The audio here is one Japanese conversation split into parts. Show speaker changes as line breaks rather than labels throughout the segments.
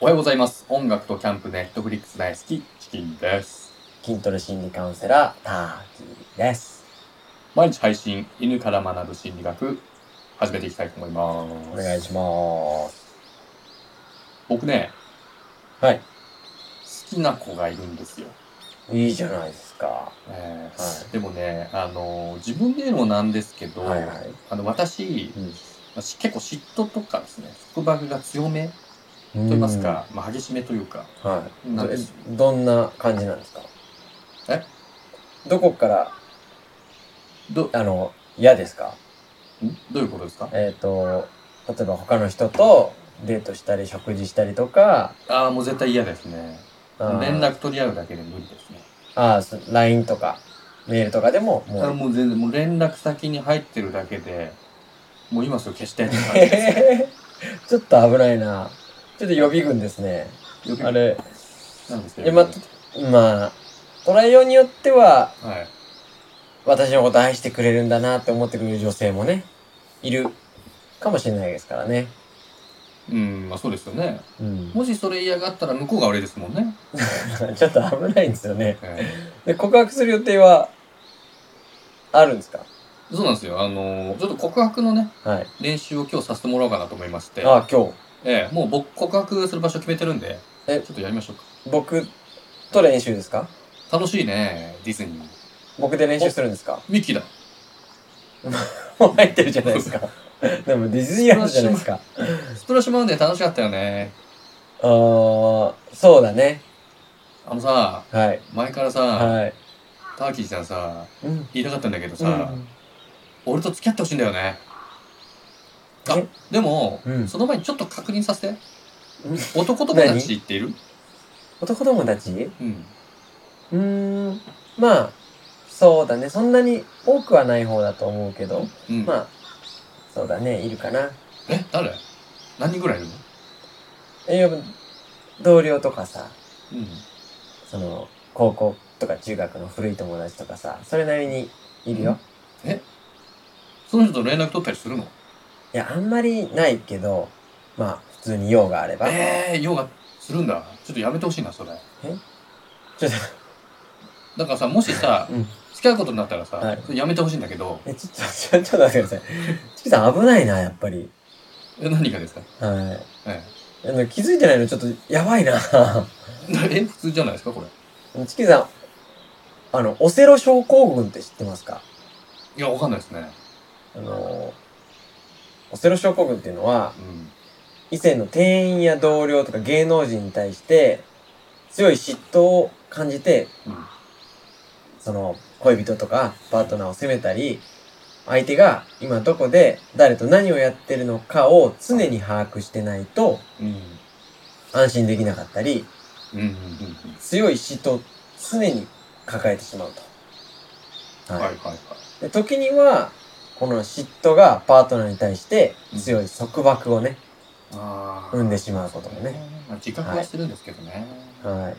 おはようございます。音楽とキャンプ、ネットフリックス大好き、チキンです。
筋トレ心理カウンセラー、ターキーです。
毎日配信、犬から学ぶ心理学、始めていきたいと思います。
お願いします。
僕ね、
はい。
好きな子がいるんですよ。
いいじゃないですか。
えー
は
でもね、あの、自分で言うのもなんですけど、
はいはい。
あの、私、
うん
私結構嫉妬とかですね、束縛が強めと
と
言います。か、まあ激しめというか、
はい。
なん
ど
です
えどんな感じなんですか
え
どこから、
ど、
あの、嫌ですか
んどういうことですか
えっ、と、例えば他の人とデートしたり、食事したりとか、
ああ、もう絶対嫌ですね。
あー
連。絡取り合うだけで無理ですね。
ああ、そ LINE とか、メールとかでも、も
あ
う。
もう全然もう連絡先に入ってるだけでもう今すぐ消してって感じで
えー ちょっと危ないな。ちょっと予備軍ですね。
すよく
あれ、
なんですけ
えままあ、捉えようによっては、
はい
私のこと愛してくれるんだなって思ってくれる女性もね、いるかもしれないですからね。
うんまあそうですよね
うん。
もしそれ嫌がったら向こうが悪いですもんね、
ちょっと危ないんですよね。
え
で、告白する予定は、あるんですか
えそうなんですよあのちょっと告白のね
はい。
練習を今日させてもらおうかなと思いまして
あ、今
ええ、もう僕告白する場所決めてるんで
え
ちょっとやりましょうか
日、僕と練習ですか
楽しいねディズニー
僕で練習するんですか
ミッキーだ
もう入ってるじゃないです か。でもディズニーランドじゃないですか。
スプラッシュマウンデン楽しかったよね
あー、そうだね。
あのさ
はい。
前からさ、
はい。
ターキーちゃんさ
うん。
言いたかったんだけど
う
さ、
ん
俺と付き合ってほしいんだよね。あ
え、
でも、
うん
その前にちょっと確認させて
う。
男友達っている
男友達
うん。
うーん、まあ、そうだね。そんなに多くはない方だと思うけど、
うん。
まあ、そうだね。いるかな。
え、誰何人ぐらいいるの
え、やっぱ同僚とかさ、
うん。
その、高校とか中学の古い友達とかさ、それなりにいるよ。
その人と連絡取ったりするの
いや、あんまりないけど、まあ、普通に用があれば。
えー、ヨガするんだ。ちょっとやめてほしいな、それ。
ちょっ
だからさ、もしさ
と、、うん。
付き合うことになったらさ、
はい
それやめてほしいんだけど、
え、ちょっと、ちょちょっと待ってください。チキさん危ないな、やっぱり。
え、何がですか
は
え
い。あの気づいてないのちょっとやばいな。
ええ、普通じゃないですか、これ。
チキさん、あの、オセロ症候群って知ってますか
いや、わかんないですね。
あの、オセロ症候群っていうのは、
うん。
以前の店員や同僚とか芸能人に対して、強い嫉妬を感じて、
うん。
その、恋人とかパートナーを責めたり、相手が今どこで誰と何をやってるのかを常に把握してないと
うん。
安心できなかったり、
うん。うん。うん
強い嫉妬を常に抱えてしまうと。
うん。はいはいはい。
で時には、この嫉妬がパートナーに対して強い束縛をね、
ああ。
生んでしまうこともね。
まあ、自覚はしてるんですけどね。
は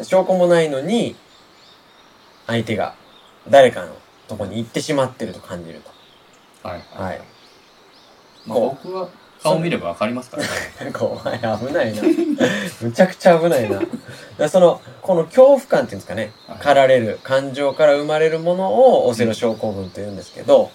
い。証拠もないのに、相手が誰かのとこに行ってしまってると感じる
はい。
と。はい。
まあ、僕は顔見ればわかりますからね。
なんかお前危ない な。むちゃくちゃ危ないな。だからその、この恐怖感っていうんですかね。駆られる、感情から生まれるものをオセロ症候群と言うんですけど、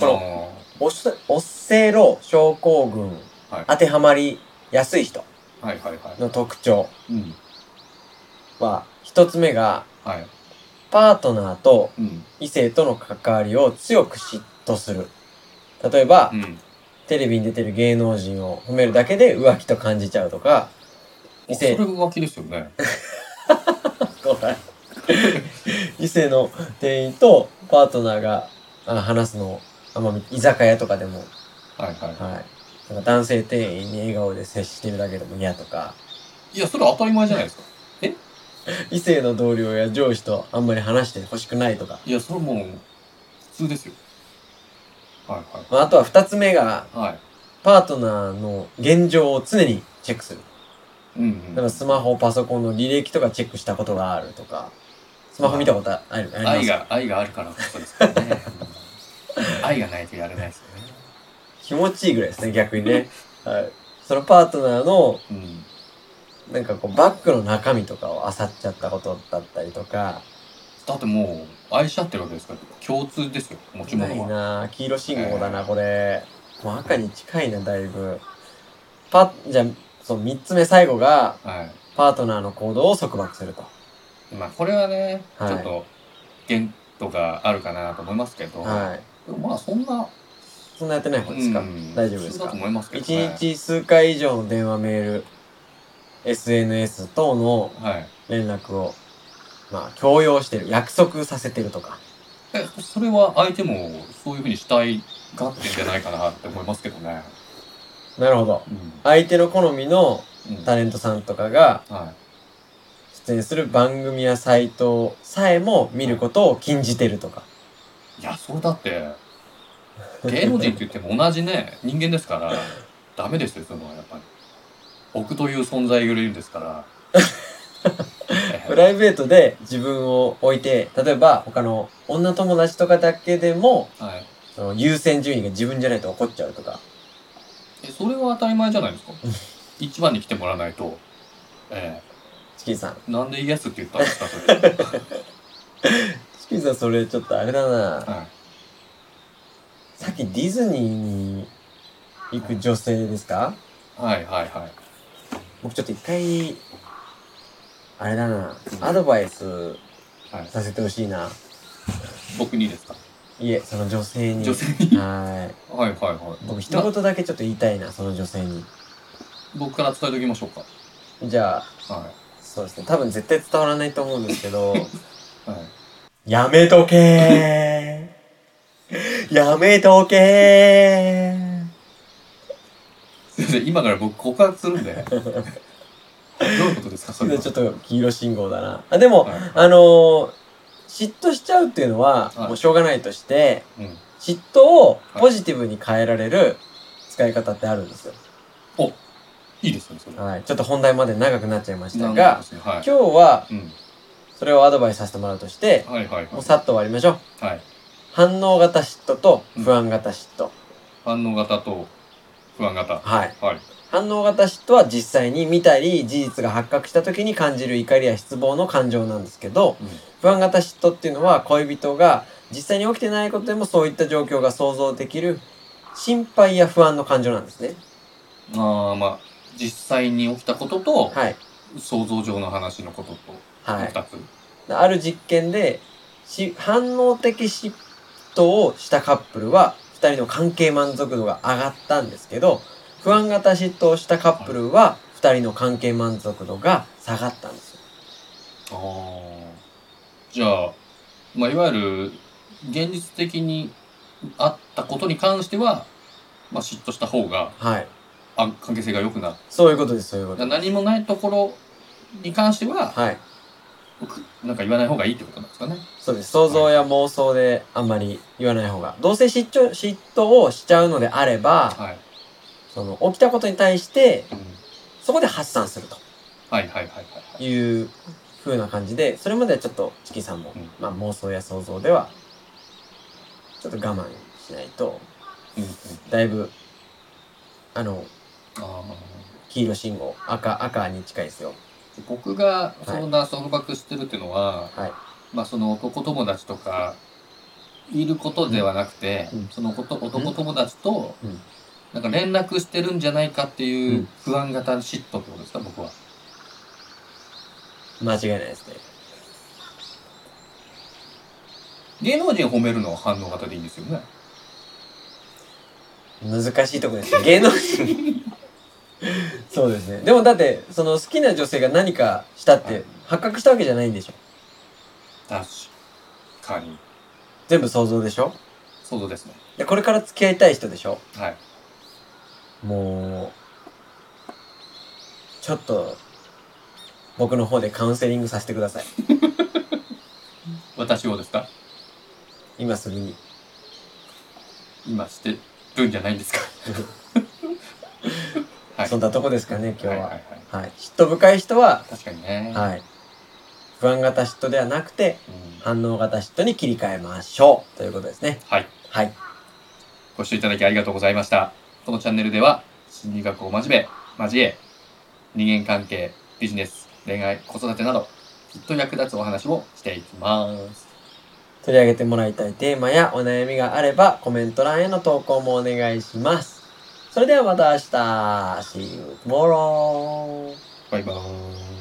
こ
の、
オセオセロ症候群
はい
当てはまりやすい人
はいはいは
の特徴
い。うん。
は、一つ目が、
はい。
パートナーと
うん。
異性との関わりを強く嫉妬する。例えば、
うん。
テレビに出てる芸能人を褒めるだけで浮気と感じちゃうとか、
お
異
それ
性、
浮気ですよね。
怖い 異性の店員とパートナーがあ話すのを、あまあ居酒屋とかでも、
はいは
はい。なんか男性店員に笑顔で接してるだけでも嫌とか、
い。いや、それ当たり前じゃないですか。
異性の同僚や上司とあんまり話してほしくないとか。
いや、それもう、普通ですよ。はいは
まああとは二つ目が、
い。はい。
パートナーの現状を常にチェックする。
うん、
だからスマホ、パソコンの履歴とかチェックしたことがあるとか、スマホ見たことある、あります
愛が、愛があるからこそですからね。愛がないとやれないですよね。
気持ちいいぐらいですね、逆にね。はい。そのパートナーの
うん。
なんかこう、バッグの中身とかを漁っちゃったことだったりとか、
だってもう愛し合ってるわけですから共通ですよ持ち
な
物
い
は
な黄色信号だな、これ。もう赤に近いな、だいぶ。パじゃあ、そう、三つ目最後が、
は
パートナーの行動を束縛すると。
いまあこれはね、
はい
ちょっと限度があるかなと思いますけど、
はい。
でもまあそんな
そんなやってない方ですか、
うん
大丈夫で
普
す
通だ
か
と思いますけど
一
ね
日数回以上の電話、メール、SNS 等の
はい
連絡を、まあ、強要してる。約束させてるとか。
えそれは相手もそういうふうにしたいがってんじゃないかなって思いますけどね。
なるほど。
うん
相手の好みの
うん
タレントさんとかが
は
出演する番組やサイトさえも見ることを禁じてるとか。
い、いやそれだって芸能人って言っても同じね人間ですからダメですよそのやっぱり僕という存在がいるんです から
プライベートで自分を置いて、例えば他の女友達とかだけでも、
はい
その優先順位が自分じゃないと怒っちゃうとか。
えそれは当たり前じゃないですか一番に来てもらわないとえ
チキンさん。
えなんでイエスって言ったんですかそれ、
チキンさんそれちょっとあれだな。
は
さっきディズニーに行く女性ですか
い、はいはいはい
僕ちょっと一回、あれだな。アドバイス
はい
させてほしいな。
僕にですか
いえ、その女性に。
女性に
はーい。
はいはいはい
僕一言だけちょっと言いたいな、その女性に。
僕から伝えておきましょうか
じゃあ、
は
そうですね。多分絶対伝わらないと思うんですけ ど、
いはい
やめとけー。やめとけー。
先生今から僕告発するんでどういうことですかそれは
ちょっと黄色信号だな。あ、でも、
はい
あのー、嫉妬しちゃうっていうのは、
はい
もうしょうがないとして、
うん
嫉妬をポジティブに変えられる使い方ってあるんですよ。
いいですねそれ
はい。ちょっと本題まで長くなっちゃいました
なんか
が
で、すねは
今日は
い、うん、
それをアドバイスさせてもらうとして、
はいはいは
もう
い
さっと終わりましょう。
はい
反応型嫉妬と不安型嫉妬。
反応型と不安型
はい。
はい
反応型嫉妬は実際に見たり事実が発覚した時に感じる怒りや失望の感情なんですけど、
うん
不安型嫉妬っていうのは恋人が実際に起きてないことでもそういった状況が想像できる心配や不安の感情なんですね。
あーまあ実際に起きたことと、
はい。
想像上の話のことと
はい。
二つ、
ある実験でし反応的嫉妬をしたカップルは2人の関係満足度が上がったんですけど不安型嫉妬をしたカップルは2人の関係満足度が下がったんですよ。
ああじゃあ、まあ、いわゆる現実的にあったことに関しては、まあ、嫉妬した方が
はい。
あ関係性が良くなる
そういうことです、そういうこ
だから
と。
何もないところに関しては、
はい。
なんか言わない方がいいってことなんですかね。
そうです。想像や妄想であんまり言わない方が。どうせ嫉妬嫉妬をしちゃうのであれば、
はい。
その起きたことに対して
うん、
そこで発散すると。
はいはいはいはいはい。
いう風な感じで、それまではちょっとチキさんも、
うん
まあ妄想や想像では、ちょっと我慢しないと、
うんうん、
だいぶ、あの、
あ
黄色信号、赤、赤に近いですよ。
ー僕がそんな束縛してるっていうのは、
はい
まあその男友達とかいることではなくて、
うん
そのこと男友達と
うん
なんか連絡してるんじゃないかって
う
い
ん
う不安型嫉妬ってことですか僕は。
間違いないですね。
芸能人を褒めるのは反応型でいいんですよね。
難しいとこですね。芸能人。 そうですね。でもだって、その好きな女性が何かしたっ
は
て
い
発覚したわけじゃないんでしょ。
確かに。
全部想像でしょ
想像ですね。
で、これから付き合いたい人でしょ
はい。
もう、ちょっと、僕の方でカウンセリングさせてください。
私をですか
今すぐに。
今してるんじゃないんです かはい。
そんなとこですかね、今日は。
は
はいい
はいはい、
嫉妬深い人は、
確かにね。
はい。不安型嫉妬ではなくて、
うん
反応型嫉妬に切り替えましょう。ということですね。
はい。
はい。
ご視聴いただきありがとうございました。このチャンネルでは、心理学を交え、交え、人間関係、ビジネス、恋愛、子育てなど、きっと役立つお話をしていきます。
取り上げてもらいたいテーマやお悩みがあればコメント欄への投稿もお願いします。それではまた明日 !See you tomorrow!
バイバーイ。